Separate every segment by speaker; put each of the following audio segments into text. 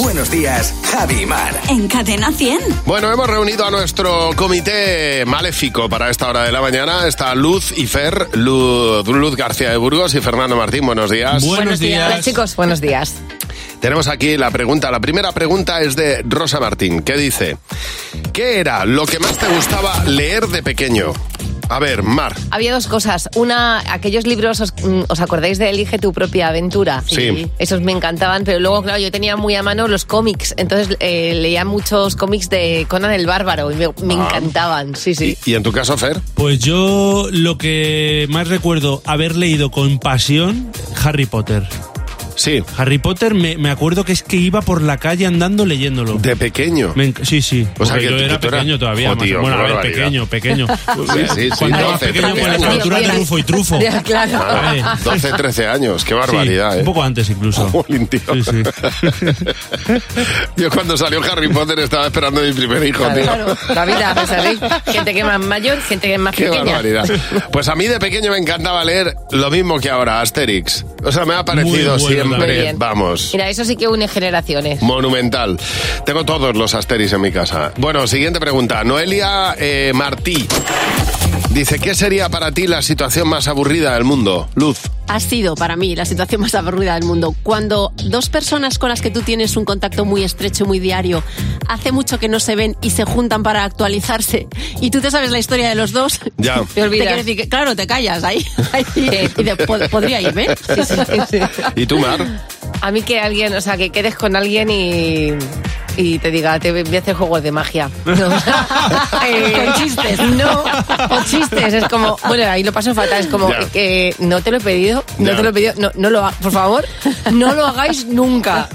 Speaker 1: Buenos días, Javi y Mar.
Speaker 2: En Cadena 100.
Speaker 3: Bueno, hemos reunido a nuestro comité maléfico para esta hora de la mañana. Está Luz y Fer, Luz, Luz García de Burgos y Fernando Martín. Buenos días.
Speaker 4: Hola chicos, buenos días.
Speaker 3: Tenemos aquí la pregunta. La primera pregunta es de Rosa Martín, que dice, ¿qué era lo que más te gustaba leer de pequeño? A ver, Mar.
Speaker 4: Había dos cosas. Una, aquellos libros, ¿os, mm, ¿os acordáis de Elige tu propia aventura?
Speaker 3: Sí.
Speaker 4: Esos me encantaban, pero luego, claro, yo tenía muy a mano los cómics. Entonces eh, leía muchos cómics de Conan el Bárbaro y me, me encantaban. Sí, sí.
Speaker 3: Ah. ¿Y en tu caso, Fer?
Speaker 5: Pues yo lo que más recuerdo haber leído con pasión, Harry Potter.
Speaker 3: Sí.
Speaker 5: Harry Potter me, me acuerdo que es que iba por la calle andando leyéndolo.
Speaker 3: De pequeño.
Speaker 5: Me enc- sí, sí.
Speaker 3: O sea,
Speaker 5: Porque
Speaker 3: que
Speaker 5: yo
Speaker 3: tú-
Speaker 5: era
Speaker 3: tú eras-
Speaker 5: pequeño todavía.
Speaker 3: Jo,
Speaker 5: más-
Speaker 3: tío,
Speaker 5: bueno,
Speaker 3: qué
Speaker 5: a ver,
Speaker 3: barbaridad.
Speaker 5: pequeño, pequeño.
Speaker 3: Sí, sí, sí.
Speaker 5: Cuando más
Speaker 3: 12,
Speaker 5: pequeño,
Speaker 3: 13
Speaker 5: pues la
Speaker 3: años.
Speaker 5: cultura
Speaker 4: Era-
Speaker 5: trufo y trufo.
Speaker 4: Ya, claro.
Speaker 5: Vale.
Speaker 3: 12, 13 Ah, años, qué
Speaker 5: Sí,
Speaker 3: barbaridad, ¿eh?
Speaker 5: Un poco antes incluso.
Speaker 3: Jolín, tío.
Speaker 5: Sí, sí.
Speaker 3: Yo cuando salió Harry Potter estaba esperando a mi primer hijo, tío.
Speaker 4: Claro, la vida, pues, a pesar de- gente que es más mayor, gente que es más
Speaker 3: Qué
Speaker 4: pequeña.
Speaker 3: barbaridad. Pues a mí de pequeño me encantaba leer lo mismo que ahora, Asterix. O sea, me ha parecido
Speaker 5: Muy bueno
Speaker 4: Muy
Speaker 3: siempre,
Speaker 4: bien.
Speaker 3: vamos,
Speaker 4: Mira, eso sí que une generaciones.
Speaker 3: monumental. Tengo todos los Asterix en mi casa. Bueno, siguiente pregunta. Noelia eh, Martí dice, ¿qué sería para ti la situación más aburrida del mundo? Luz.
Speaker 6: ha sido para mí la situación más aburrida del mundo. Cuando dos personas con las que tú tienes un contacto muy estrecho, muy diario, hace mucho que no se ven y se juntan para actualizarse y tú te sabes la historia de los dos.
Speaker 3: Ya.
Speaker 4: Te
Speaker 6: Te quiero
Speaker 4: olvidas.
Speaker 6: decir que, claro, te callas ahí. ahí, y de- pod- podría ¿eh? irme. Sí, sí, sí.
Speaker 3: ¿Y tú, Mar?
Speaker 4: A mí que alguien, o sea, que quedes con alguien y, y te diga, te voy a hacer juegos de magia. Eh,
Speaker 6: Con chistes.
Speaker 4: No, con chistes. Es como, bueno, ahí lo paso fatal. Es como,
Speaker 3: Ya.
Speaker 4: eh, no te lo he pedido, no
Speaker 3: Ya.
Speaker 4: te lo he pedido, no, no lo ha- por favor, no lo hagáis nunca.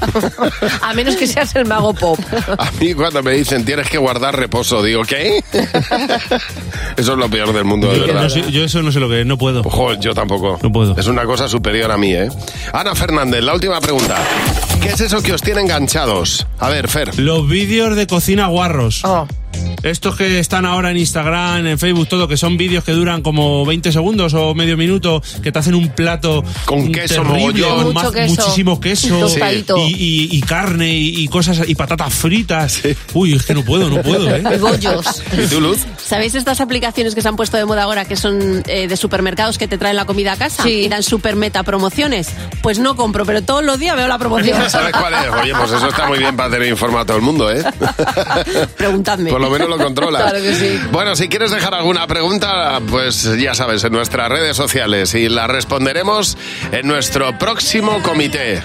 Speaker 4: A menos que seas el mago pop.
Speaker 3: A mí cuando me dicen tienes que guardar reposo, digo, ¿qué? Eso es lo peor del mundo, de
Speaker 5: Yo,
Speaker 3: verdad.
Speaker 5: no sé- yo eso no sé lo que es, no puedo.
Speaker 3: Ojo, Pues, yo tampoco.
Speaker 5: No puedo.
Speaker 3: Es una cosa superior a mí, ¿eh? Ana Fernández, la última pregunta. ¿Qué es eso que os tiene enganchados? A ver, Fer.
Speaker 5: Los vídeos de cocina guarros.
Speaker 4: Oh,
Speaker 5: Estos que están ahora en Instagram, en Facebook, todo, que son vídeos que duran como 20 segundos o medio minuto, que te hacen un plato
Speaker 3: Con queso
Speaker 5: terrible,
Speaker 3: mogollón.
Speaker 5: con
Speaker 4: Mucho
Speaker 5: ma-
Speaker 4: queso.
Speaker 5: muchísimo queso,
Speaker 4: Tostadito.
Speaker 5: y, y- y carne y, y cosas y patatas fritas. Uy, es que no puedo, no puedo, ¿eh?
Speaker 6: Y bollos.
Speaker 3: ¿Y tú, Luz?
Speaker 6: ¿Sabéis estas aplicaciones que se han puesto de moda ahora que son eh, de supermercados que te traen la comida a casa
Speaker 4: Sí.
Speaker 6: y dan super meta promociones? Pues no compro, pero todos los días veo la promoción.
Speaker 3: ¿Sabes cuál es? Oye, pues eso está muy bien para tener informado a todo el mundo, ¿eh?
Speaker 6: Preguntadme.
Speaker 3: Por lo menos lo controlas.
Speaker 4: Claro que sí.
Speaker 3: Bueno, si quieres dejar alguna pregunta, pues ya sabes, en nuestras redes sociales y la responderemos en nuestro próximo comité.